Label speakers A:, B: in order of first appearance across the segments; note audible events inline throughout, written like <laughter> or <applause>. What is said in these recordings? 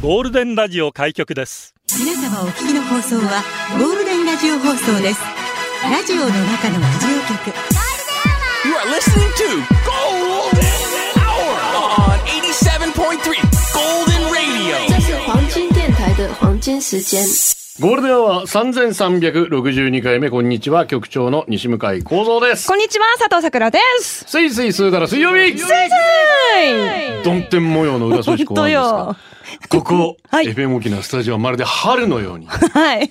A: ゴールデンラジオ開局です
B: 皆様お聞きの放送はゴールデンラジオ放送ですラジオの中のラジオ局
C: You are listening to Golden Hour on 87.3 Golden Radio.
D: 这是黄金电台的黄金时间。
E: ゴールデンは三千三百六十二回目こんにちは局長の西向井光三です
F: こ。んにちは、佐藤さくらです。
E: スイスイスーダラ水曜日。
F: はい。
E: どん天模様の裏装飾こ
F: 本
E: うな
F: 当
E: ん
F: よ。
E: ですか。ここ、
F: はい
E: FM 沖縄スタジオはまるで春のように。
F: <laughs> はい。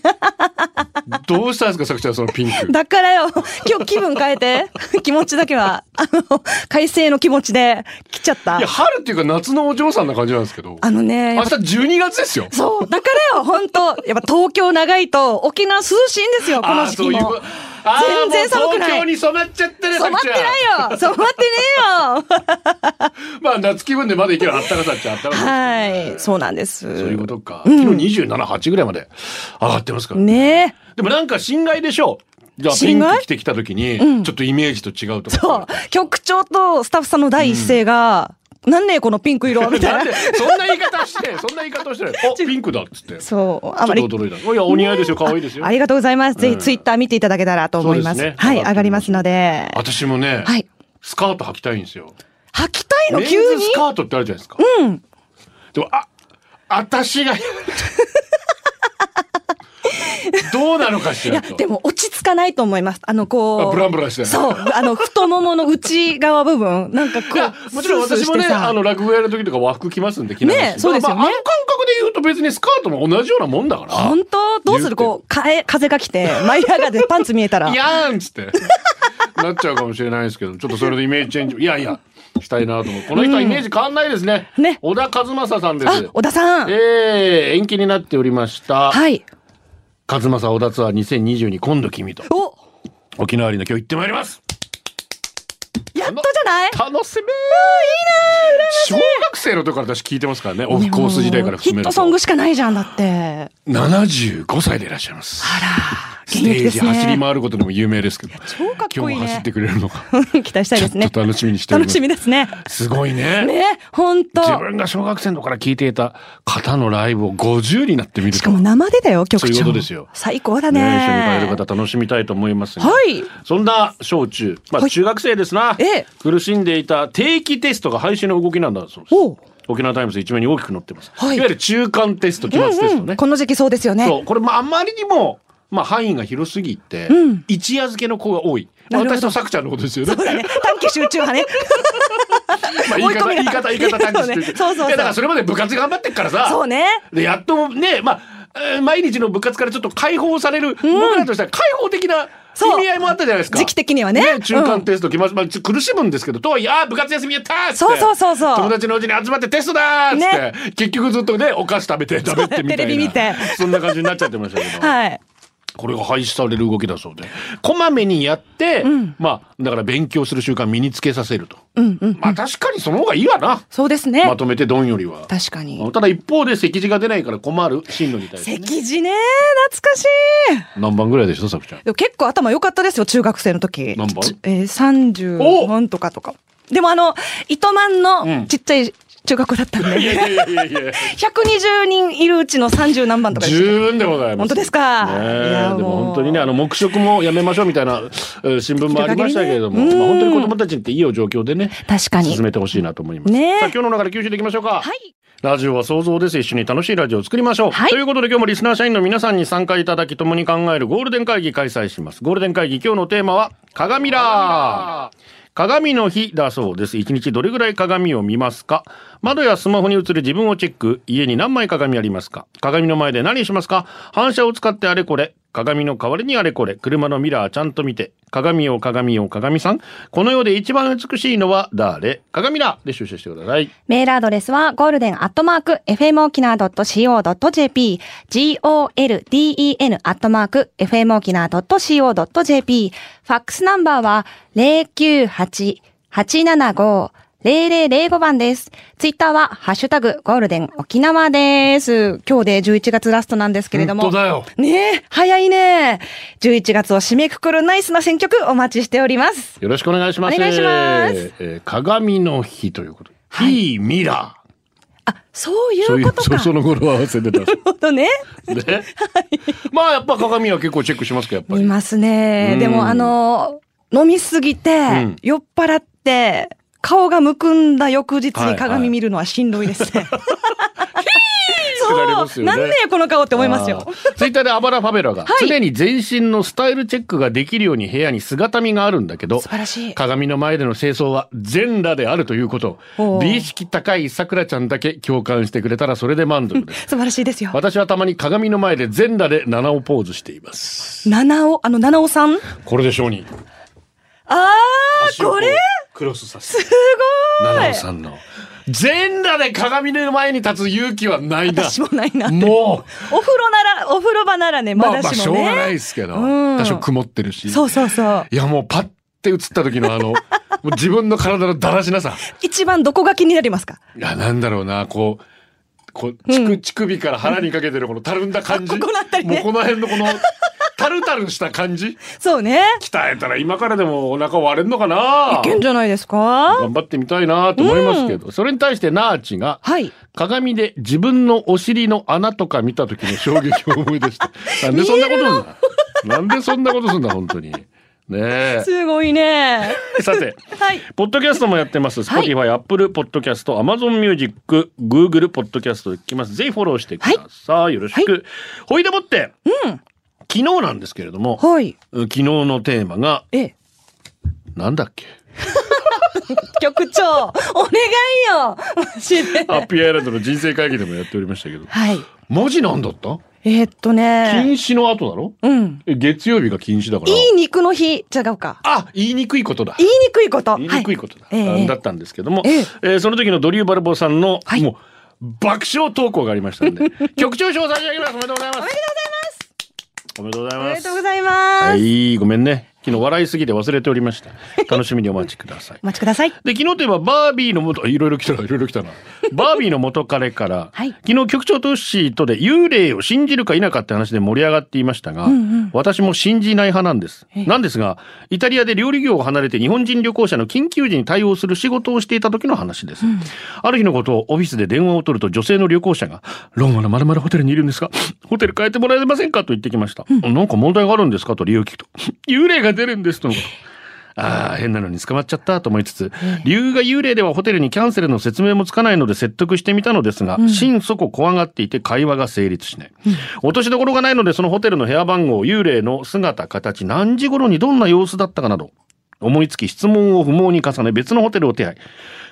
E: どうしたんですか作者はそのピンク。
F: だからよ、今日気分変えて、 <laughs> 気持ちだけは、あの、快晴の気持ちで来ちゃっ
E: い
F: た
E: や。春っていうか夏のお嬢さんな感じなんですけど。
F: あのね、や
E: 明
F: っぱ
E: 日十二月ですよ。
F: そう、だからよ、本当やっぱ東京長いと沖縄涼しいんですよ、この時
E: あーそ
F: 期も
E: ういうこ。あー
F: 全然寒くな
E: も
F: い
E: う東京に染まっちゃってる
F: 染まってないよ染まってね
E: まあ夏気分でまだいけるあったかさっちゃあったかさ。
F: えよはい、そうなんです。
E: そういうことか。昨日27、8ぐらいまで上がってますから。
F: ねえ。
E: でもなんか心外でしょう。じゃあピン
F: 心外
E: ク着てきた時に、ちょっとイメージと違うとか。
F: そう、局長とスタッフさんの第一声が、なんねえこのピンク色はみた
E: <laughs> ないんで
F: な。
E: そんな言い方して、そんな言い方してな
F: <laughs>
E: い。お、ピンクだっつって。ちょ
F: そう、あ
E: っと
F: まり
E: 驚いた。いや、お似合いですよ。可愛いですよ
F: あ。りがとうございます。ぜ
E: う
F: ひ
E: ん
F: ツイッター見ていただけたらと思います。
E: そうですね
F: はい、
E: 上がって
F: 上がりますので。
E: 私もね
F: はい、
E: スカート履きたいんですよ。
F: 履きたいの
E: メン
F: 急
E: ズ
F: に
E: スカートってあるじゃないですか。でも、あ、私
F: <laughs>
E: がどうなのかし
F: いや
E: らと。、
F: でも落ち着かないと思います。あの、こ
E: あ
F: う。
E: ブランブランして
F: そう、あの、太ももの内側
E: <laughs>
F: 部分。なんかこ
E: いや
F: う、
E: もちろん
F: スース
E: 私
F: ーし
E: も
F: て
E: ね
F: さ
E: あの落語やる時とか和服着ますんで着
F: ね
E: し
F: そうです
E: ま
F: よね
E: あまあ、あの感覚で言うと別にスカートも同じようなもんだから
F: 本当どう
E: 言
F: す
E: うて
F: るこう、かえ、風が来て、舞い上
E: <laughs>
F: がってパンツ見えたら。
E: いやーんっつってなっちゃうかもしれないですけどちょっとそれでイメージチェンジいやいやしたいなと思うこの人はイメージ変わんないですね,、
F: うんね
E: 小田和正さんです
F: あ、小田さん。
E: えー、延期になっておりました、
F: はい。
E: 和正小田ツアー2022今度君と
F: お、
E: 沖縄アリーナ今日行ってまいります
F: やっとじゃない
E: 楽しみいいな小学生の時から私聞いてますからねオフコース時代から
F: ヒ
E: 含める
F: ッ
E: と
F: トソングしかないじゃん、だって。
E: 75歳でいらっしゃいます
F: あら、
E: ス
F: 現
E: テ
F: 役
E: ー
F: で
E: ジ
F: すね。
E: 走り回ることでも有名ですけど、
F: 超かっ
E: 今
F: こ
E: 日
F: いい
E: も走っ
F: ね
E: て。くれるのか、
F: <laughs> 期待したいですね。
E: ちょっと楽しみにしておりま
F: 楽
E: す
F: しみですね。
E: すごいね
F: ね、本当。
E: 自分が小学生の頃から聞いていた方のライブを50になってみる
F: し
E: と
F: かも生でだよ、局長。
E: そういうことですよ
F: 最高だ
E: ね
F: ね。
E: 一緒に帰る方楽しみたいと思いますが
F: はい。
E: そんな小中、まあ、
F: はい
E: 中学生ですな、
F: ええ
E: 苦しんでいた定期テストが廃止の動きなんだそうです
F: おう
E: 沖縄タイムズ一面に大きく載ってます、
F: はい
E: いわゆる中間テスト期末テストね、
F: うんうん、この時期そうですよね。
E: そうこれまああまりにも、まあ、範囲が広すぎて、
F: うん
E: 一夜漬けの子が多い、まあ
F: なるほ
E: 私
F: ど
E: とさくちゃんのことですよね
F: そうだね。短期集中派ね。
E: <laughs> まあ、言い方
F: 追い込
E: 言い
F: みが
E: 方言い方感じてる
F: <laughs> そうねそうそうそう
E: いやだからそれまで部活頑張ってっからさ
F: そうね。
E: でやっとねまあえー毎日の部活からちょっと解放される、僕らとしては解放的な
F: そう
E: 意味合いもあったじゃないですか
F: 時期的にはね
E: 中間テスト来ます、まあ、ち苦しむんですけどとはいえあー部活休みやったーっつって
F: そうそうそうそう
E: 友達のうちに集まってテストだーっつって、
F: ね
E: 結局ずっとねお菓子食べて食べてみたいな
F: テレビ見て
E: そんな感じになっちゃってましたけど、
F: <laughs> はい。
E: これが廃止される動きだそうでこまめにやって、
F: ん
E: まあだから勉強する習慣身につけさせると、
F: うんうん。
E: まあ確かにその方がいいわな
F: そうですね。
E: まとめてどんよりは
F: 確かに。
E: ただ一方で席次が出ないから困る進路に対して、ね、
F: 席次ね、懐かしい。
E: 何番ぐらいでしたさくちゃん
F: でも結構頭良かったですよ、中学生の時。
E: 何番
F: ちえー、三十
E: お
F: 何とかとか。でもあの、糸満
E: うん
F: のちっちゃい中学校だったんで、
E: いやいやいやいや
F: 120人いるうちの30何番とかでし
E: 十
F: た
E: 分でございます
F: 本当ですか
E: ねえ
F: いやもう
E: でも本当にねあの黙食もやめましょうみたいなえー新聞もありましたけれども、
F: 昼
E: まあ、
F: 陰ねうん
E: 本当に子供たちっていいお状況でね
F: 確かに
E: 進めてほしいなと思います、
F: ねえ
E: さあ今日の中で吸収でいきましょうか
F: はい。
E: ラジオは想像です。一緒に楽しいラジオを作りましょう。
F: はい
E: ということで今日もリスナー社員の皆さんに参加いただき共に考えるゴールデン会議開催します。ゴールデン会議今日のテーマは鏡だ。鏡の日だそうです。一日どれぐらい鏡を見ますか窓やスマホに映る自分をチェック。家に何枚鏡ありますか鏡の前で何しますか反射を使ってあれこれ。鏡の代わりにあれこれ。車のミラーちゃんと見て。鏡よ鏡よ鏡さん。この世で一番美しいのは誰鏡だで出社してください。
G: メールアドレスは、ゴールデンアットマーク、fmokina.co.jp、golden アットマーク、fmokina.co.jp、ファックスナンバーは、098-875-0
F: 0005番です。ツイッターは、ハッシュタグ、ゴールデン沖縄です。今日で11月ラストなんですけれども。
H: 本当だよ。
F: ねえ、早いね11月を締めくくるナイスな選曲お待ちしております。
E: よろしくお願いします。
F: お願いします
E: えー鏡の日ということ。
F: い
E: 日ミラー。
I: あ、そうい
E: そう
I: う
E: い
I: こ
E: う <laughs>
I: と
E: そ
I: か。
E: その頃は合わせてた。
I: ほんとね。
E: ね。 <laughs> まあやっぱ鏡は結構チェックしますかやっぱ
F: 見
E: り。
F: ますね
E: うん
F: でもあの、飲みすぎて
E: ん、
F: 酔っ払って、顔がむくんだ翌日
E: はいは
F: に
E: い
F: 鏡見るのはしんど
E: <laughs>
F: いですね。 <laughs>
E: 作られますよね
F: なんでこの顔って思いますよ。
E: ツイッター Twitter でアバラファベラが、常に全身のスタイルチェックができるように部屋に姿見があるんだけど
F: 素晴らしい。
E: 鏡の前での清掃は全裸であるということ
F: おー
E: 美意識高いさくらちゃんだけ共感してくれたらそれで満足です
F: 素晴らしいですよ。
E: <laughs> 私はたまに鏡の前で全裸で七尾ポーズしています
F: 七尾、あの七尾さん
E: これでしょうに
F: あー、これ
H: クロスさせて。
F: すご
E: 七尾
F: い
E: さんの全裸で鏡の前に立つ勇気はないな
F: 私もないな。
E: も
F: お風呂なら、お風呂場ならね、
E: うま
F: ま
E: あま
F: だ
E: あ
F: し
E: しょ
F: も
E: う
F: ね。
E: がないですけど
F: うん
E: 多少曇ってるし
F: そうそうそう。
E: いやもうパッて映った時のあ <laughs> のもう自分の体のだらしなさ
F: 一番どこが気になりますか
E: いやなんだろうなこうこう乳,、乳首から腹にかけてるこのたるんだ感じ
F: あここの辺りね
E: もうこの辺のこのタルタルした感じ
F: そうね。
E: 鍛えたら今からでもお腹割れんのかない
F: けんじゃないですか
E: 頑張ってみたいなと思いますけど、それに対してナーチが
F: はい。
E: 鏡で自分のお尻の穴とか見た時の衝撃を思い出したな
F: <laughs>
E: んでそんなことすんだなんでそんなことすんだ本当にね
F: <laughs>
E: え
F: すごいね。
E: さて
F: はい。
E: ポッドキャストもやってます。
F: はい
E: Spotify、Apple Podcast、Amazon Music、Google Podcast で聞きます。ぜひフォローしてください。よろしく。ほいでもって、昨日なんですけれども、
F: はい。
E: 昨日のテーマが、
F: ええ、
E: なんだっけ
F: 局長、お願いよマジで。
E: ハッピーアイランドの人生会議でもやっておりましたけど、
F: はい。
E: 文字なんだった
F: えーっと
E: 禁
F: ね。
E: 止の後だろ
F: うん。
E: え月曜日が禁止だから。
F: いい肉の日、違うか。
E: あ、言いにくいことだ。
F: 言いにくいこと。
E: 言いにくいことだ,、
F: はいええ
E: だったんですけども、え
F: ええ
E: ーその時のドリュー・バルボーさんの、
F: はい
E: もう爆笑投稿がありましたん
F: <laughs>
E: で局長賞を差し上げますおめでとうございますおめでとうござい
F: お
E: ます
F: めでとうございます。
E: はいごめんね昨日笑いすぎて忘れておりました楽しみにお待ちください
F: お待ちください。
E: で昨日といえばバービーの元いろいろ来たないろいろ来
F: <laughs>
E: たなバービーの元彼から、
F: はい
E: 昨日局長トッシーとで幽霊を信じるか否かって話で盛り上がっていましたが、私も信じない派なんです、なんですがイタリアで料理業を離れて日本人旅行者の緊急時に対応する仕事をしていた時の話です、ある日のことオフィスで電話を取ると女性の旅行者が「ローマのまるまるホテルにいるんですがホテル変えてもらえませんか?」と言ってきました、なんか問題があるんですか?」と理由を聞くと「幽霊が出るんです」とのことああ、変なのに捕まっちゃったと思いつつ、理由が幽霊ではホテルにキャンセルの説明もつかないので説得してみたのですが、心底怖がっていて会話が成立しない。落としどころがないので、そのホテルの部屋番号、幽霊の姿、形、何時頃にどんな様子だったかなど、思いつき質問を不毛に重ね別のホテルを手配。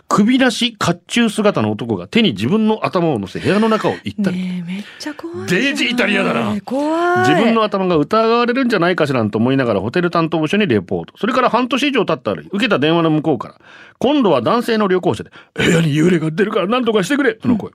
E: 首なし甲冑姿の男が手に自分の頭を乗せ部屋の中を行ったり。
F: ねえ、めっちゃ怖い。
E: デージイタリアだな
F: 怖い。
E: 自分の頭が疑われるんじゃないかしらんと思いながらホテル担当部署にレポートそれから半年以上経ったある日受けた電話の向こうから今度は男性の旅行者で「部屋に幽霊が出るから何とかしてくれ」との声、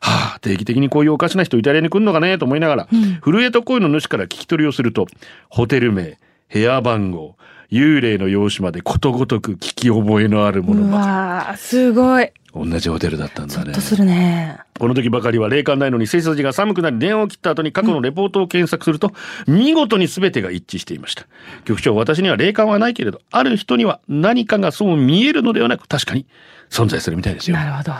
E: はあ定期的にこういうおかしな人イタリアに来るのかねと思いながら、震えた声の主から聞き取りをするとホテル名部屋番号幽霊の容姿までことごとく聞き覚えのあるもの
F: う
E: ばか
F: わー、すごい。
E: り同じホテルだったんだね
F: とするね。
E: この時ばかりは霊感ないのに背筋が寒くなり電話を切った後に過去のレポートを検索すると、見事に全てが一致していました局長私には霊感はないけれどある人には何かがそう見えるのではなく確かに存在するみたいですよ
F: なるほど。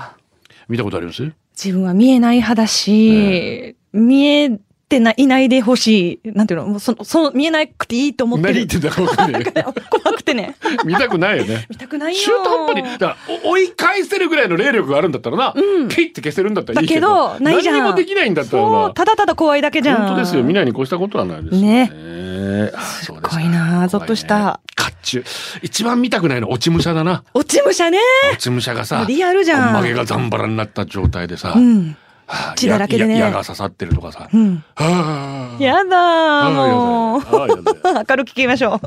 E: 見たことあります
F: 自分は見えない派だし、見えてない、いないでほしい。なんていうのもうその、その、見えなくていいと思って
E: 何言っ
F: る。
E: てんだか分かんない
F: 怖くてね。
E: 見たくないよね
F: 見たくないよ。
E: 中途半端にだからお追い返せるぐらいの霊力があるんだったらな、ピッて消せるんだったらいいけど
F: だけどないじゃん
E: 何にもできないんだったら
F: そう、
E: な
F: ただただ怖いだけじゃん。
E: 本当ですよ。見ないに越したことはないですよね。あそうです
F: すっごいなあゾッとした。
E: 怖いね甲冑。一番見たくないの落ち武者だな。
F: 落ち武者ね。
E: 落ち武者がさ、
F: リアルじゃん
E: 曲げがザンバラになった状態でさ、
F: うん。
E: はあ
F: 血だらけでね
E: やや矢が刺さってるとかさ。
F: うん。
E: はあ
F: やだー、もう。
E: ああやだやだああやだ
F: 明るく聞きましょう。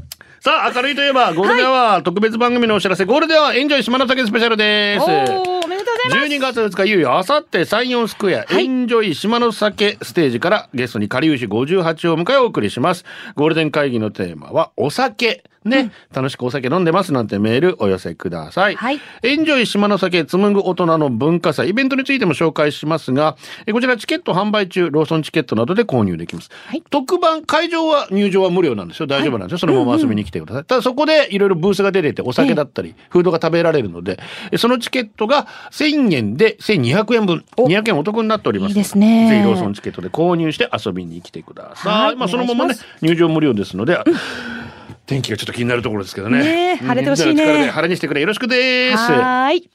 E: さあ、明るいといえば、ゴールデンは特別番組のお知らせ、ゴールデンはエンジョイ島の竹スペシャルです。
F: おーめでとうございま
E: 12
F: す。
E: 月2日、いよいよあさってサイオンスクエア、エンジョイ島の酒ステージからゲストにかりゆし58を迎えお送りします。ゴールデン会議のテーマはお酒。ね、楽しくお酒飲んでますなんてメールお寄せください。
F: はい
E: エンジョイ島の酒紡ぐ大人の文化祭イベントについても紹介しますが、えこちらチケット販売中、ローソンチケットなどで購入できます。特番、会場は入場は無料なんですよ。大丈夫なんですよ。そのまま遊びに来てください。ただそこでいろいろブースが出てて、お酒だったり、フードが食べられるので、えそのチケットが1000円で1200円分、200円お得になっております。
G: いいですね
E: ぜひローソンチケットで購入して遊びに来てください。
G: はい
E: まあそのま
G: お
E: ま
G: 願
E: ね
G: いし、
E: 入場無料ですので、天気がちょっと気になるところですけどね。
G: ねえ晴れてほしいね
E: うんみんなの力で晴れにしてくれ。よろしくです。
G: はーい。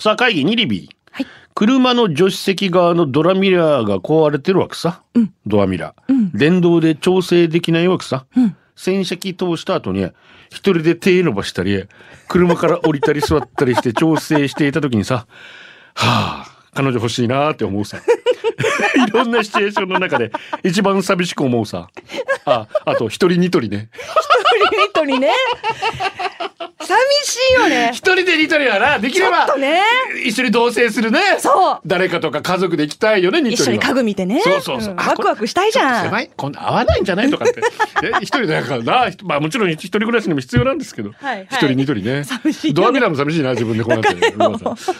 E: さあ会議にリビー、
G: はい
E: 車の助手席側のドラミラーが壊れてるわけさ、ドアミラー、電動で調整できないわけさ、洗車機通した後に一人で手伸ばしたり車から降りたり座ったり <laughs> して調整していた時にさはあ彼女欲しいなーって思うさ <laughs> いろんなシチュエーションの中で一番寂しく思うさああと一人ニトリね
F: リトにね。寂しいよね。
E: <laughs> 一人でニトリならでき
F: ち
E: れ
F: ょ
E: ば
F: っとね。
E: 一緒に同棲するね
F: そう
E: 誰かとか家族で行きたいよねニ
F: 一
E: トリは
F: 緒に家具見てね。
E: そうそうそう、
F: ん
E: あ
F: ワクワクしたいじ
E: こ
F: ゃ
E: れ狭
F: ん。
E: いこんな合わないんじゃないとかって
F: <laughs>
E: え一人だからなひまあもちろん一人暮らしにも必要なんですけど一、
F: はいはい
E: 人ニトリね
F: 寂しいよね
E: ドアミラーも寂しいな自分でこうなって
F: <laughs>
E: る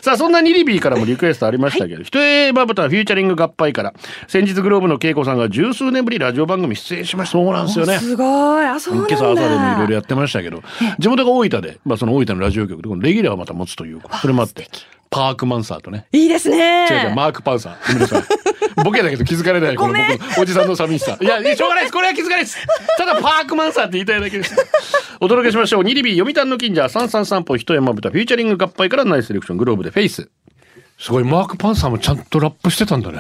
E: さあそんなニリビーからもリクエストありましたけど「ひとえまぶたフューチャリング合杯」から先日グローブの恵子さんが十数年ぶりラジオ番組出演しましたそうなんですよね
F: すごい。あ、そうなんだ。
E: 今朝朝でもいろいろやってましたけど地元が大分で、まあ、その大分のラジオ局でこのレギュラーをまた持つというそれもあってパークマンサーとね
F: いいですね。
E: 違う違う、マーク・パンサー。ごめんな
F: <laughs>
E: さい。ボケだけど気づかれない、この僕のおじさんの寂しさ。いや、いやしょうがないです。これは気づかないです。ただ、パークマンサーって言いたいだけです。お届けしましょう。ニリビー、読谷の近所、三三三歩、一山豚、フューチャリング合杯からナイスセレクション、グローブでフェイス。すごい、マーク・パンサーもちゃんとラップしてたんだ <laughs> ね。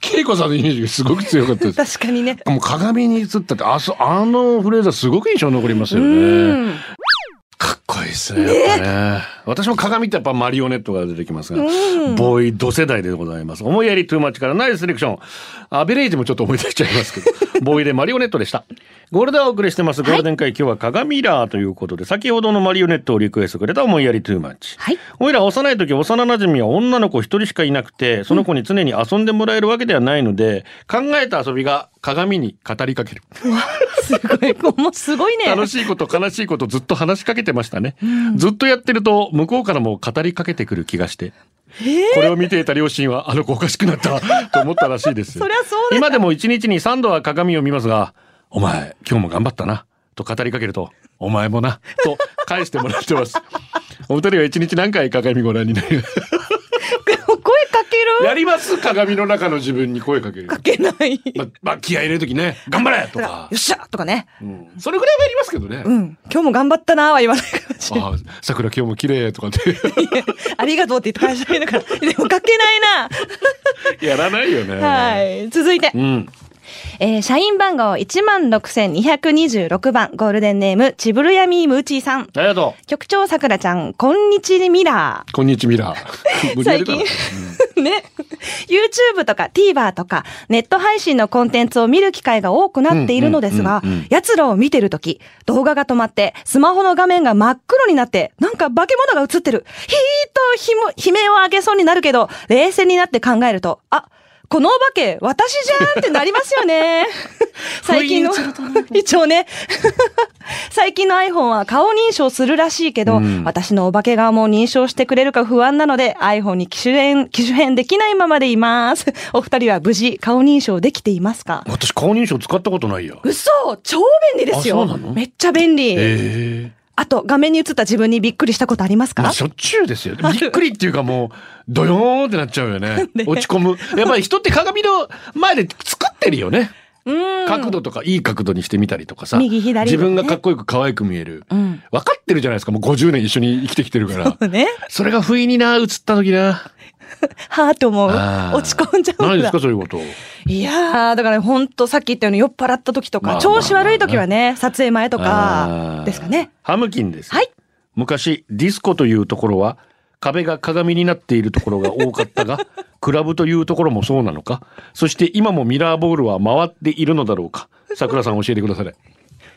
E: ケイコさんのイメージがすごく強かったです。
G: 確かにね。
E: もう鏡に映ったって、あそ、あのフレーズはすごく印象に残りますよね。かっこいいですね。やっぱね。私も鏡ってやっぱマリオネットが出てきますが、ボーイド世代でございます。思いやりトゥーマッチからナイスセレクション。アベレージもちょっと思い出しちゃいますけ <laughs> ど、ボーイでマリオネットでした。ゴールデンをお送りしてます。ゴールデン会、今日は鏡ラーということで、先ほどのマリオネットをリクエストくれた思いやりトゥーマッチ。
F: はい
E: おいら幼い時幼馴染は女の子一人しかいなくてその子に常に遊んでもらえるわけではないので、考えた遊びが鏡に語りかける
G: すごい。もうすごいね。
E: 楽しいこと悲しいことずっと話しかけてましたね、ずっとやってると向こうからも語りかけてくる気がして、これを見ていた両親はあの子おかしくなったと思ったらしいで
G: <laughs>
E: す
G: そりゃそうだ。
E: 今でも一日に3度は鏡を見ますが「お前今日も頑張ったな」と語りかけると「お前もな」と返してもらってますお二人は一日何回鏡ご覧になります
G: 声かける
E: やります鏡の中の自分に声かける。
G: かけない。
E: ま、まあ、気合い入れるときね、頑張れと
F: よ
E: か
F: っ、しゃとかね。
E: うんそれぐらいはやりますけどね。
F: うん。今日も頑張ったなーは言わないかもしれない。
E: ああ、桜今日も綺麗とかって。
F: <laughs> ありがとうって言って返してるから。でもかけない
E: <laughs>
F: な。
E: やらないよね。
F: はい。続いて
E: う。ん。
F: えー社員番号16,226番、ゴールデンネーム、ちぶるやみーむうちーさん。
E: ありがと
F: 局長さくらちゃん、こんにちミラ
E: う。こんにちミラー。
F: <laughs>
E: 無理やりだな
F: 最ー。ね。YouTube とか TVer とか、ネット配信のコンテンツを見る機会が多くなっているのですが
E: うんうんうんうん、
F: 奴らを見てるとき、動画が止まって、スマホの画面が真っ黒になって、なんか化け物が映ってる。ひーっとひも悲鳴を上げそうになるけど、冷静になって考えると、あ、このお化け、私じゃんってなります
E: <laughs>
F: よね。最近の、 <laughs> 一応ね。最近の iPhone は顔認証するらしいけど、
E: うん
F: 私のお化け顔も認証してくれるか不安なので、iPhone に機種変、機種変できないままでいます。 <laughs> お二人は無事顔認証できていますか
E: 私、顔認証使ったことないよ。
F: 嘘超便利ですよ
E: あそうなの
F: めっちゃ便利、
E: ええ
F: あと、画面に映った自分にびっくりしたことあります
E: ま
F: か
E: あ、しょっちゅうですよ。
F: <laughs>
E: びっくりっていうかもう、ドヨーンってなっちゃうよね。落ち込む。やっぱり人って鏡の前で作ってるよね。
F: うん。
E: 角度とかいい角度にしてみたりとかさ。
F: 右左
E: 自
F: とかね
E: 分がかっこよく可愛く見える。
F: うん。
E: 分かってるじゃないですか。もう50年一緒に生きてきてるから。
F: <laughs> ね。
E: <laughs> それが不意にな、映った時な。
F: はぁと思う。
E: あー
F: 落ち込んじゃうんだ。
E: ないですか、そういうこと。
F: いやー、だからね、ほんとさっき言ったように酔っ払った時とか、
E: まあまあ
F: 調子悪い時はね、撮影前と
E: あ
F: か
E: ー、
F: ですかね。。
E: ハムキンです。
F: はい。
E: 昔、ディスコというところは、壁が鏡になっているところが多かったが、 <laughs> クラブというところもそうなのか、そして今もミラーボールは回っているのだろうか。桜さん教えてください。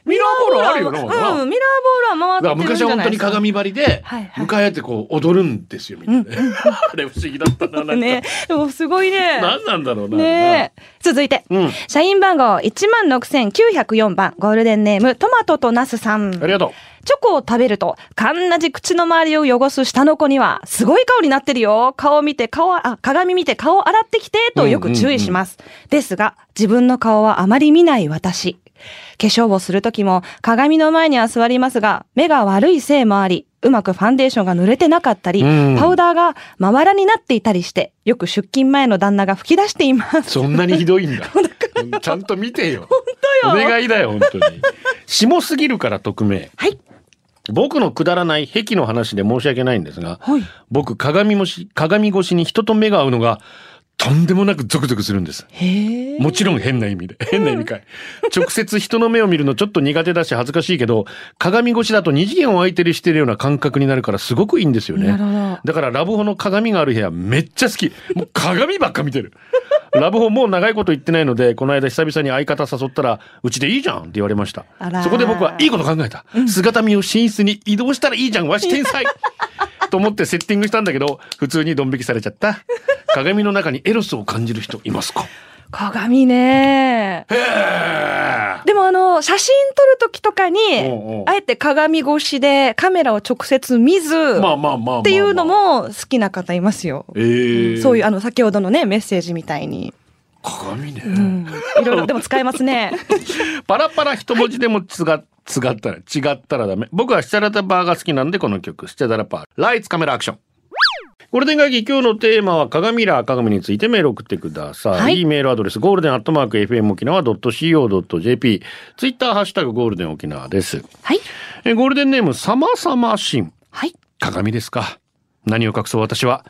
E: ミラーボールあるよな。
F: うん、ミ
E: まだ
F: ラーボ
E: な
F: ー
E: だ
F: ルは
E: から昔
F: 回ってるんじゃ
E: は
F: な
E: 本
F: い
E: 当
F: で
E: に
F: すか。
E: 鏡張りで
F: はいはい
E: 向かい合ってこう踊るんですよみんなね。 <laughs> あれ不思議だったな。なんか
F: ね、でもすごい <laughs> ね。
E: 何なんだろうな。
F: ねえ。続いて、
E: うん
F: 社員番号16,904番、ゴールデンネーム、トマトとナスさん。
E: ありがとう。
F: チョコを食べると、かんなじ口の周りを汚す下の子には、すごい顔になってるよ。顔見て、顔あ、鏡見て顔洗ってきて、とよく注意します。ですが、自分の顔はあまり見ない私。化粧をするときも、鏡の前には座りますが、目が悪いせいもあり、うまくファンデーションが濡れてなかったり、
E: うん
F: パウダーがまばらになっていたりして、よく出勤前の旦那が吹き出しています。
E: そんなにひどいんだ。 <laughs> ちゃんと見てよ。本当よ。お願いだよ、本当に。下すぎるから匿名。
F: はい。
E: 僕のくだらない癖の話で申し訳ないんですが、
F: はい。
E: 僕鏡もし、鏡越しに人と目が合うのが、とんでもなくゾクゾクするんです。
F: へえ。
E: もちろん変な意味で。変な意味かい。直接人の目を見るのちょっと苦手だし恥ずかしいけど、鏡越しだと二次元を相手にしてるような感覚になるからすごくいいんですよね。
F: なるほど。
E: だからラブホの鏡がある部屋めっちゃ好き。もう鏡ばっか見て
F: <laughs>
E: る。ラブホもう長いこと言ってないので、この間久々に相方誘ったら、うちでいいじゃんって言われました
F: あら。ー
E: そこで僕はいいこと考えた。姿見を寝室に移動したらいいじゃん、わし天
F: <laughs>
E: 才と思ってセッティングしたんだけど、普通にドン引きされちゃった。鏡の中にエロスを感じる人いますか
F: 鏡ね
E: へー
F: でもあの、写真撮るときとかに
E: おうおう、
F: あえて鏡越しでカメラを直接見ず、
E: まあまあまあまあ、
F: っていうの、も好きな方いますよ。
E: えー、
F: そういう、あの、先ほどのね、メッセージみたいに。
E: 鏡ね。
F: うん。いろいろ、でも使えま
E: <laughs>
F: すね。
E: パラパラ一文字でもつが、つがったら、違ったらダメ。僕はシチャラタパーが好きなんで、この曲、シチャダラパー。ライツカメラアクション。ゴールデン会議、今日のテーマは鏡ラー鏡についてメール送ってください。
F: はい
E: い、いメールアドレス、ゴールデンアットマーク FM 沖縄 .co.jp。ツイッターハッシュタグゴールデン沖縄です。
F: はい。
E: えゴールデンネーム、さまさましん。
F: はい。
E: 鏡ですか。何を隠そう私は、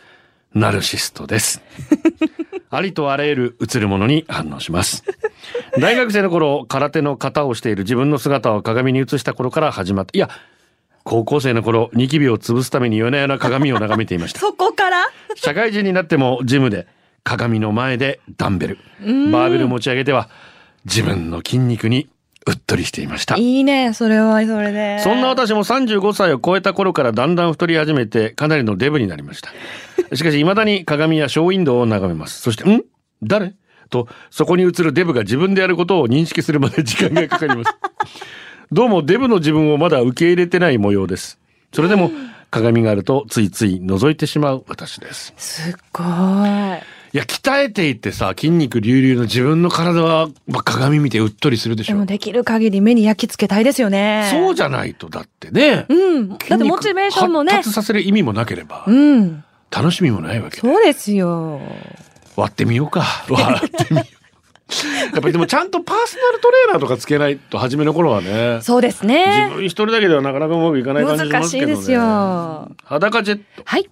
E: ナルシストです。 <laughs> ありとあらゆる映るものに反応します。大学生の頃、空手の型をしている自分の姿を鏡に映した頃から始まって、いや、高校生の頃、ニキビを潰すために夜な夜な鏡を眺めていました。 <laughs>
F: そこから
E: 社会人になっても、ジムで、鏡の前でダンベル、バーベル持ち上げては、自分の筋肉にうっとりしていました。
F: いいね、それは、それで。
E: そんな私も35歳を超えた頃からだんだん太り始めてかなりのデブになりま
F: <laughs>
E: した。しかし未だに鏡やショーウィンドウを眺めます。そして、ん誰と、そこに映るデブが自分でやることを認識するまで時間がかかり
F: <laughs>
E: ます。どうもデブの自分をまだ受け入れてない模様です。それで
F: <laughs>
E: も鏡があるとついつい覗いてしまう私です。
F: すっごい。
E: いや、鍛えていってさ、筋肉隆々の自分の体は、まあ鏡見てうっとりするでし
F: でも
E: ょ。
F: できる限り目に焼き付けたいですよね。
E: そうじゃないと、だってね。
F: うん。だってモチベーションもね
E: 発。達させる意味もなければ、
F: うん。
E: 楽しみもないわけ。
F: そうですよ。
E: 割ってみよう
F: <laughs>
E: か。割ってみよう。やっぱりでもちゃんとパーソナルトレーナーとかつけないと初めの頃はね。
F: そうですね
E: 自。分一人だけではなかなかうまくいかない感じしま
F: 難
E: す
F: し
E: けど
F: い
E: ね。
F: ですよ。
E: 裸ジェット。
F: はい。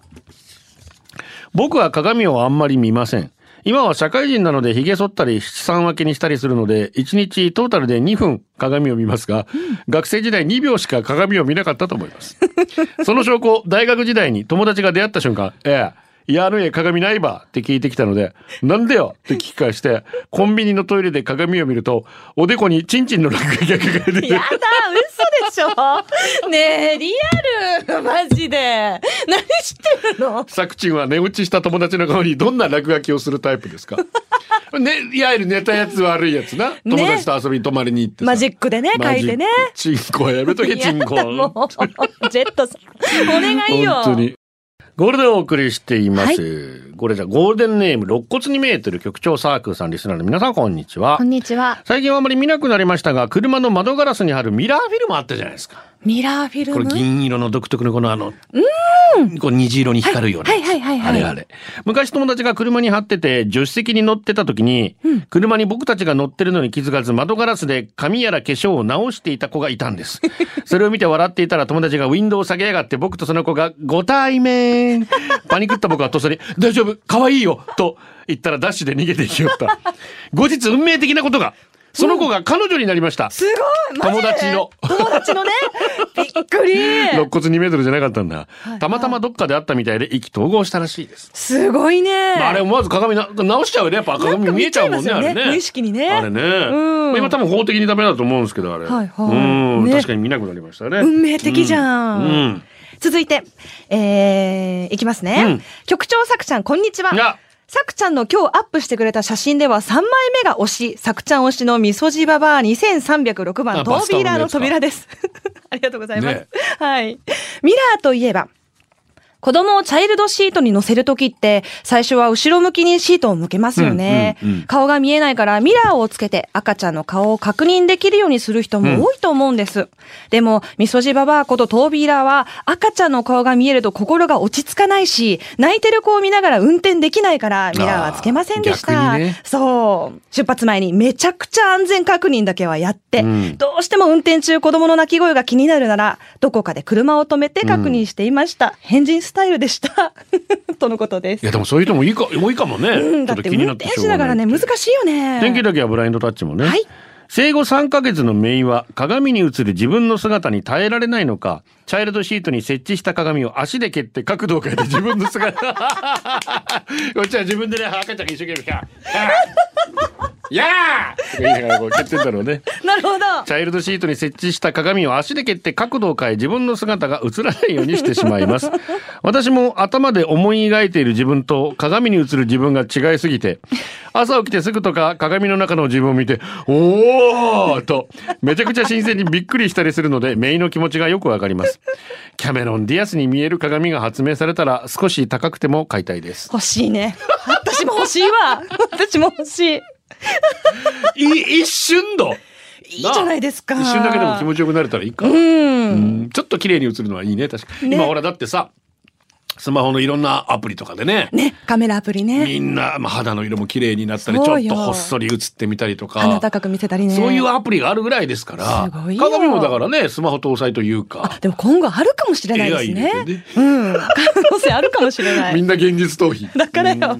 E: 僕は鏡をあんまり見ません。今は社会人なので髭剃ったり七三分けにしたりするので、1日トータルで2分鏡を見ますが、学生時代2秒しか鏡を見なかったと思います。 <laughs> その証拠、大学時代に友達が出会った瞬間、ええ、いやあの家鏡ないばって聞いてきたので、なんでよって聞き返して、コンビニのトイレで鏡を見ると、おでこにチンチンの落書きが書かれてて
F: やだ、嘘でし
E: <laughs>
F: ょ。ねえ、リアル、マジで。何してるの。
E: 作ンは寝落ちした友達の顔にどんな落書きをするタイプですか
F: <laughs>
E: ね、いわゆる寝たやつ悪いやつな。友達と遊びに泊まりに行ってさ
F: マジックでね、書いて
E: マ
F: ね。
E: ジックチンコはやめ
F: <laughs>
E: とけ、チンコ。
F: やだも
E: 本
F: うジェットさん、お願いよ。
E: 当に。ゴールデンをお送りしています。これじゃゴールデンネーム、肋骨に見えてる局長サークルさん、リスナーの皆さん、こんにちは
D: こん。にちは。
E: 最近はあまり見なくなりましたが、車の窓ガラスに貼るミラーフィルムあったじゃないですか。
F: ミラーフィル
E: これ
F: ム。
E: 銀色の独特のこのあの、こう虹色に光るようなやつ。
F: はいはいはいはい
E: あれあれ。昔友達が車に貼ってて、助手席に乗ってた時に、車に僕たちが乗ってるのに気づかず、窓ガラスで髪やら化粧を直していた子がいたんです。 <laughs> それを見て笑っていたら友達がウィンドウを下げやがって、僕とその子がご対面。パニクった僕はとっさに、大丈夫、可愛いよと言ったらダッシュで逃げていきよった。後日運命的なことが、その子が彼女になりました。
F: すごいマジで
E: 友達の
F: 友達のねびっく
E: 肋 <laughs>
F: り
E: 骨2メートルじゃなかったんだ。たまたまどっかで会ったみたいで意気投合したらしいです。
F: すごいね
E: まああれ思わず鏡な直しちゃうよね。やっぱ鏡見えちゃうもんね、あ
F: なんか
E: れ
F: 見えちゃいます
E: ね。
F: よね無意識にね
E: あれね。
F: うん
E: まあ今多分法的にダメだと思うんですけど、あれ。
F: はいはい
E: うん、
F: ね
E: 確かに見なくなりましたね。
F: 運命的じゃん、
E: うん。
F: 続いて、えー、いきますね、
E: うん
F: 局長さくちゃんこんにちは
E: うん。いや、
F: さくちゃんの今日アップしてくれた写真では3枚目が推し、さくちゃん推しのみそじババア2306
E: あ
F: 番ト
E: バス
F: ー
E: タブ
F: ビ
E: の
F: ーラー
E: や
F: の
E: つか
F: 扉です。 <laughs> ありがとうございます。
E: ね
F: はい。ミラーといえば、子供をチャイルドシートに乗せるときって、最初は後ろ向きにシートを向けますよね。
E: うんうんうん
F: 顔が見えないからミラーをつけて赤ちゃんの顔を確認できるようにする人も多いと思うんです。でも、みそじババアことトービーラーは赤ちゃんの顔が見えると心が落ち着かないし、泣いてる子を見ながら運転できないからミラーはつけませんでし
E: あー
F: た。
E: 逆にね
F: そう。出発前にめちゃくちゃ安全確認だけはやって、
E: うん
F: どうしても運転中子供の泣き声が気になるなら、どこかで車を止めて確認していました。変人スタイルでした。 <laughs> とのことです
E: いや。でもそういう人もいいか、多いかもね。
F: うん、
E: ちょ
F: だ
E: っ
F: っ
E: と
F: て
E: 気に
F: 運
E: なって
F: 転
E: しょ
F: 手
E: うがな
F: だか
E: い
F: らね、難しいよね。
E: 天気だけはブラインドタッチもね。
F: はい
E: 生後3ヶ月のメインは鏡に映る自分の姿に耐えられないのか、チャイルドシートに設置した鏡を足で蹴って角度を変えて自分の姿。 <laughs> こっちは自分でね、赤ちゃんが一生懸命、やーやーとか言いながらこう蹴ってんだろうね。
F: なるほど。
E: チャイルドシートに設置した鏡を足で蹴って角度を変え自分の姿が映らないようにしてしまいます。 <laughs> 私も頭で思い描いている自分と鏡に映る自分が違いすぎて、朝起きてすぐとか鏡の中の自分を見て、おーと、めちゃくちゃ新鮮にびっくりしたりするので、メイの気持ちがよくわかります。キャメロン・ディアスに見える鏡が発明されたら少し高くても買いたいです。
F: 欲しいね。 <laughs> 私も欲しいわ。私も欲しい。
E: 一瞬度
F: いいじゃないですか。
E: 一瞬だけでも気持ちよくなれたらいいか。
F: うん。
E: うんちょっと綺麗に映るのはいいね確かに、
F: ね
E: 今ほらだってさスマホのいろんなアプリとかでね
F: ね、カメラアプリね。
E: みんな、まあ、肌の色も綺麗になったりち
F: そ
E: ょ
F: う
E: っ
F: よ
E: とほっそり映ってみたりと
F: 鼻
E: か、
F: 高く見せたりね。
E: そういうアプリがあるぐらいですから
F: すごいよ
E: 鏡もだからねスマホ搭載というか。
F: でも今後あるかもしれないです
E: AI
F: ね。
E: 入れてね
F: うん。可能性あるかもしれな
E: み
F: い。
E: んな現実逃避。
F: だからよ。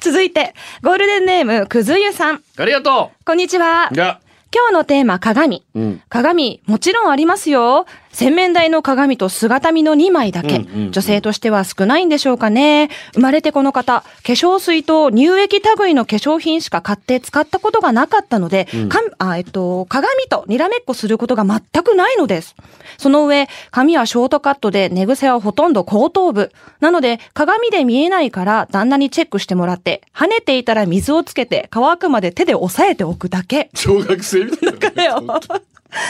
F: 続いて、ゴールデンネーム、くずゆさん。
E: ありがと
F: こんにちは
E: う。。が、
F: 今日のテーマ、鏡。
E: うん。
F: 鏡、もちろんありますよ。洗面台の鏡と姿見の2枚だけ。
E: うんうんうん
F: 女性としては少ないんでしょうかね。生まれてこの方、化粧水と乳液類の化粧品しか買って使ったことがなかったので、かんあえっと、鏡とにらめっこすることが全くないのです。その上、髪はショートカットで寝癖はほとんど後頭部。なので、鏡で見えないから旦那にチェックしてもらって、跳ねていたら水をつけて乾くまで手で押さえておくだけ。
E: 小学生みたいな。
F: だよ。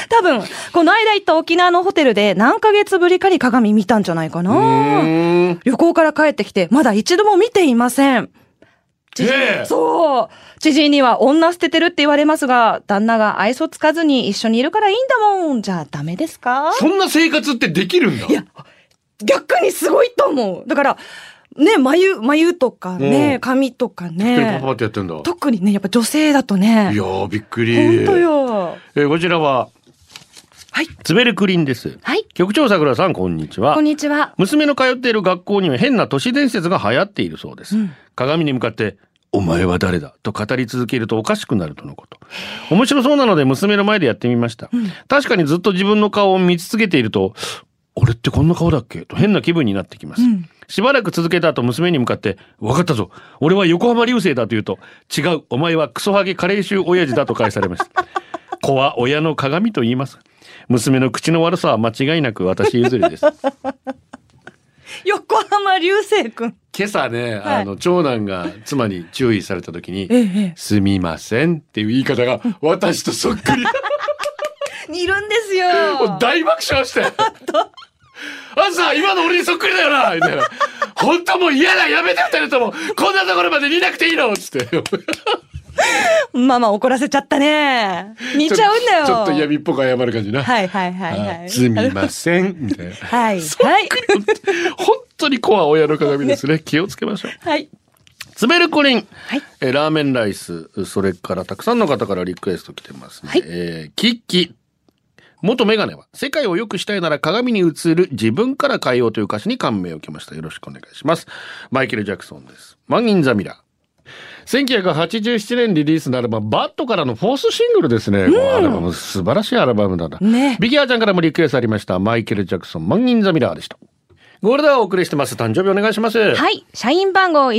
F: 多分、この間行った沖縄のホテルで何ヶ月ぶりかに鏡見たんじゃないかな。
E: うん。
F: 旅行から帰ってきて、まだ一度も見ていません。知人
E: ええ
F: そう。知人には女捨ててるって言われますが、旦那が愛想つかずに一緒にいるからいいんだもん。じゃあダメですか
E: そんな生活ってできるんだ。
F: いや、逆にすごいと思う。だから、ね、眉、眉とか
E: う
F: ね
E: ん、
F: 髪とか
E: 一人パ
F: ね
E: パ。ってやってんだ。いや
F: 特にね、やっぱ女性だとね。
E: ー、びっくり。
F: 本当よ。
E: えーこちらは、
F: はい。
E: つべるクリンです。
F: はい。
E: 局長さくらさん、こんにちは。
F: こんにちは。
E: 娘の通っている学校には変な都市伝説が流行っているそうです、鏡に向かって「お前は誰だ?」と語り続けるとおかしくなるとのこと面白そうなので娘の前でやってみました、確かにずっと自分の顔を見続けていると「俺ってこんな顔だっけ?」と変な気分になってきます、しばらく続けた後娘に向かって「分かったぞ俺は横浜流星だ」と言うと「違うお前はクソハゲカレー臭親父だ」と返されました <laughs> 子は親の鏡と言います娘の口の悪さは間違いなく私譲りです
F: 横浜流星くん。
E: <laughs> 今朝ね、
F: はい
E: あの長男が妻に注意された時に
F: え
E: 「すみません」っていう言い方 <laughs> が私とそっくり
F: え。いるんですよ。
E: もう大爆笑 <laughs> して「あんさ今の俺にそっくりだよな」みたいな「本当もう嫌だやめて二人ともこんなところまで見なくていいの」っつって
F: ママ怒らせちゃったね。似ちゃうんだよ。
E: ちょっと嫌味っぽく謝る感じな「
F: はいはいはいは
E: あ
F: い。
E: すみません」みたいな
F: はいはい。
E: <laughs> 本当に子は親の鏡です <laughs> ね気をつけましょう。
F: はい。
E: つべるこりん、
F: はい
E: えーラーメンライスそれからたくさんの方からリクエスト来てますね、
F: はい
E: えーキッキ元メガネは世界を良くしたいなら鏡に映る自分から変えようという歌詞に感銘を受けましたよろしくお願いしますマイケル・ジャクソンですマン・イン・ザ・ミラー1987年リリースのアルバム、バットからのフォースシングルですね。このアルバム、素晴らしいアルバムだな。
F: ね
E: ビギアちゃんからもリクエストありました。マイケル・ジャクソン、マン・イン・ザ・ミラーでした。ゴールドはお送りしてます。誕生日お願いします。はい。
F: はい。社員番号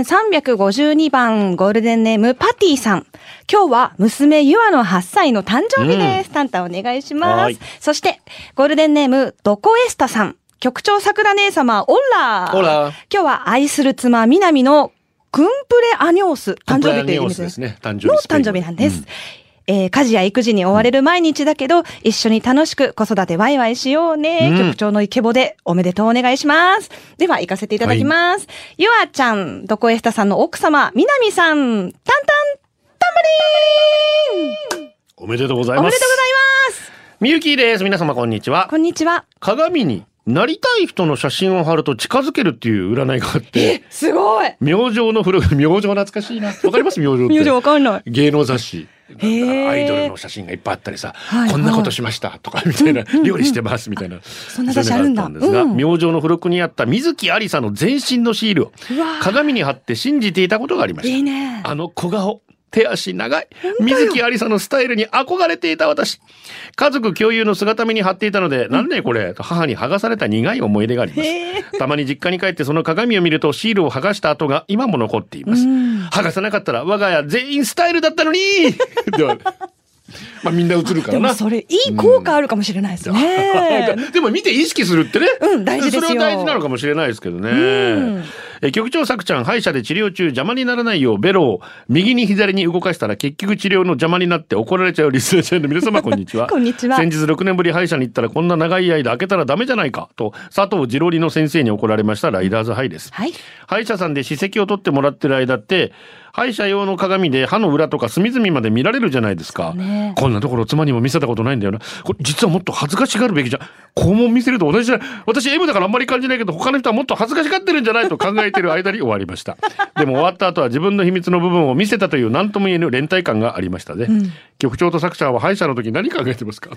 F: 14,352番、ゴールデンネーム、パティさん。今日は娘ゆあの8歳の誕生日です。タンタンお願いしま
E: はい
F: す。そして、ゴールデンネーム、ドコエスタさん。局長桜姉様、オラ
E: オラ
F: 今日は愛する妻、みなみの、クンプレアニョース。誕生日っていう意味
E: ですね。誕生
F: の
E: 日スペイン
F: 誕
E: 語。
F: 生日なんです。
E: う
F: えー家事や育児に追われる毎日だけど、一緒に楽しく子育てワイワイしようね。
E: うん
F: 局長のイケボでおめでとうお願いします。では、行かせていただきます。ゆあちゃん、どこエスタさんの奥様、みなみさん、たんたん、たんばりーん
E: おめでとうござい
F: お
E: ます。
F: めでとうございます。
E: みゆきです。皆様こんにちは
F: こ。んにちは。
E: 鏡になりたい人の写真を貼ると近づけるっていう占いがあって、
F: すごい
E: 明星の古く、明星懐かしいな。わかります明星って。
F: 名字わかんない。
E: 芸能雑誌
F: へー
E: アイドルの写真がいっぱいあったりさ、
F: い
E: こんなことしましたとかみたいな、料理してますみたいな、そ
F: んな雑誌あるんだ
E: ういうのがあったん
F: うん
E: ですが、明星の付録にあった水木有りさの全身のシールを鏡に貼って信じていたことがありました。
F: いいね。
E: あの小顔、手足長い、水木有りさのスタイルに憧れていた私。家族共有の姿見に貼っていたので、なんでこれと母に剥がされた苦い思い出があります。たまに実家に帰ってその鏡を見るとシールを剥がした跡が今も残っています。剥がさなかったら我が家全員スタイルだ
F: <laughs>
E: ったのにではまあみんな映るから
F: でも
E: な。
F: それ、いい効果あるかもしれないですね。
E: でも見て意識するってね。
F: うん大事ですよ
E: それは大事なのかもしれないですけどね。え局長さくちゃん、歯医者で治療中邪魔にならないようベロを右に左に動かしたら結局治療の邪魔になって怒られちゃうリスナーちゃんの皆様こんにちは。
F: <laughs> こんにちは
E: 先日6年ぶり歯医者に行ったらこんな長い間開けたらダメじゃないかと佐藤二郎理の先生に怒られましたライダーズハイです。
F: <laughs> はい。
E: 歯医者さんで歯石を取ってもらってる間って歯医者用の鏡で歯の裏とか隅々まで見られるじゃないですか、
F: ね
E: こんなところ妻にも見せたことないんだよなこれ実はもっと恥ずかしがるべきじゃん肛門見せると同じじゃない私 M だからあんまり感じないけど他の人はもっと恥ずかしがってるんじゃないと考えてる間に終わりました <laughs> でも終わった後は自分の秘密の部分を見せたという何とも言えぬ連帯感がありましたね、局長と作者は歯医者の時何考えてます
F: <laughs>
E: か
F: 考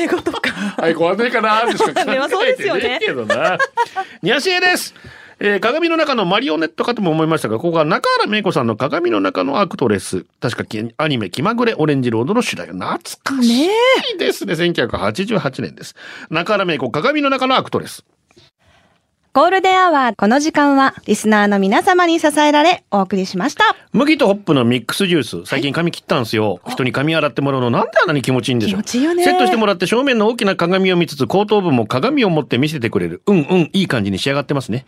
F: え事 <laughs> か。
E: はい、ご案内かなーってしか考えて
F: それはそうですよね
E: ねえけどな。 <laughs> にゃしえです。えー鏡の中のマリオネットかとも思いましたが、ここが中原芽衣子さんの鏡の中のアクトレス。確かきアニメ気まぐれオレンジロードの主題懐かしいですね。1988年です。中原芽衣子鏡の中のアクトレス。
F: ゴールデンアワー、この時間は、リスナーの皆様に支えられ、お送りしました。
E: 麦とホップのミックスジュース。最近髪切ったんすよ。人に髪洗ってもらうのなんであんなに気持ちいいんでしょう。
F: 気持ちいいよね
E: セットしてもらって正面の大きな鏡を見つつ、後頭部も鏡を持って見せてくれる。うんうん、いい感じに仕上がってますね。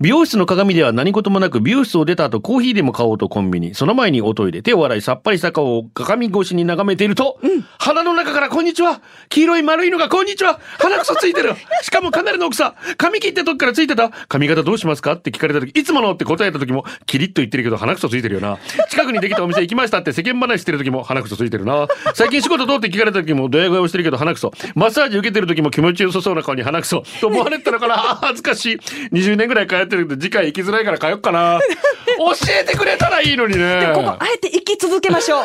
E: 美容室の鏡では何事もなく、美容室を出た後コーヒーでも買おうとコンビニ。その前におトイレ、手を洗いさっぱりした顔を鏡越しに眺めていると、鼻の中からこんにちは黄色い丸いのがこんにちは鼻くそつい
F: <laughs>
E: てるしかもかなりの大きさ髪切った時からついてた髪型どうしますかって聞かれた時、いつものって答えた時も、キリッと言ってるけど鼻くそついてるよな。近くにできたお店行きましたって世間話してる時も鼻くそついてるな。最近仕事どうって聞かれた時もドヤ顔してるけど鼻くそ。マッサージ受けてる時も気持ちよさそうな顔に鼻くそ。と思われてたのかな <laughs> 恥ずかしい。20年ぐらい通ってるけど次回行きづらいから通っかな。教えてくれたらいいのにね。
F: ここ、あえて生き続けましょう。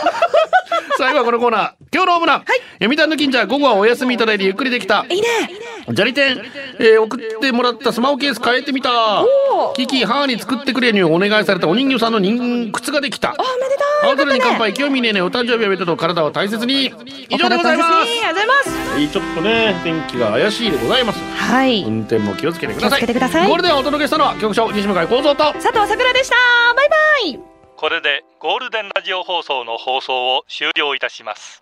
E: 最後はこのコーナー。今日のオムラン。読谷の金ちゃん、午後はお休みいただいてゆっくりできた。
F: <laughs> いいね。
E: 砂利店、えー送ってもらったスマホケース変えてみたキキ母に作ってくれにお願いされたお人形さんの人靴ができた
F: あおめでとう。
E: 青空に乾
F: よかっ
E: 杯清見ねえねお誕生日おめでとう体を大切に以上でございま
F: たねありがとうございます。
E: すちょっとね天気が怪しいでございます
F: はい。
E: 運転も気をつけてください
F: 気をつけてください
E: ゴールデンをお届けしたのは局長西向井光三と
F: 佐藤さくらでした。バイバイ。
A: これでゴールデンラジオ放送の放送を終了いたします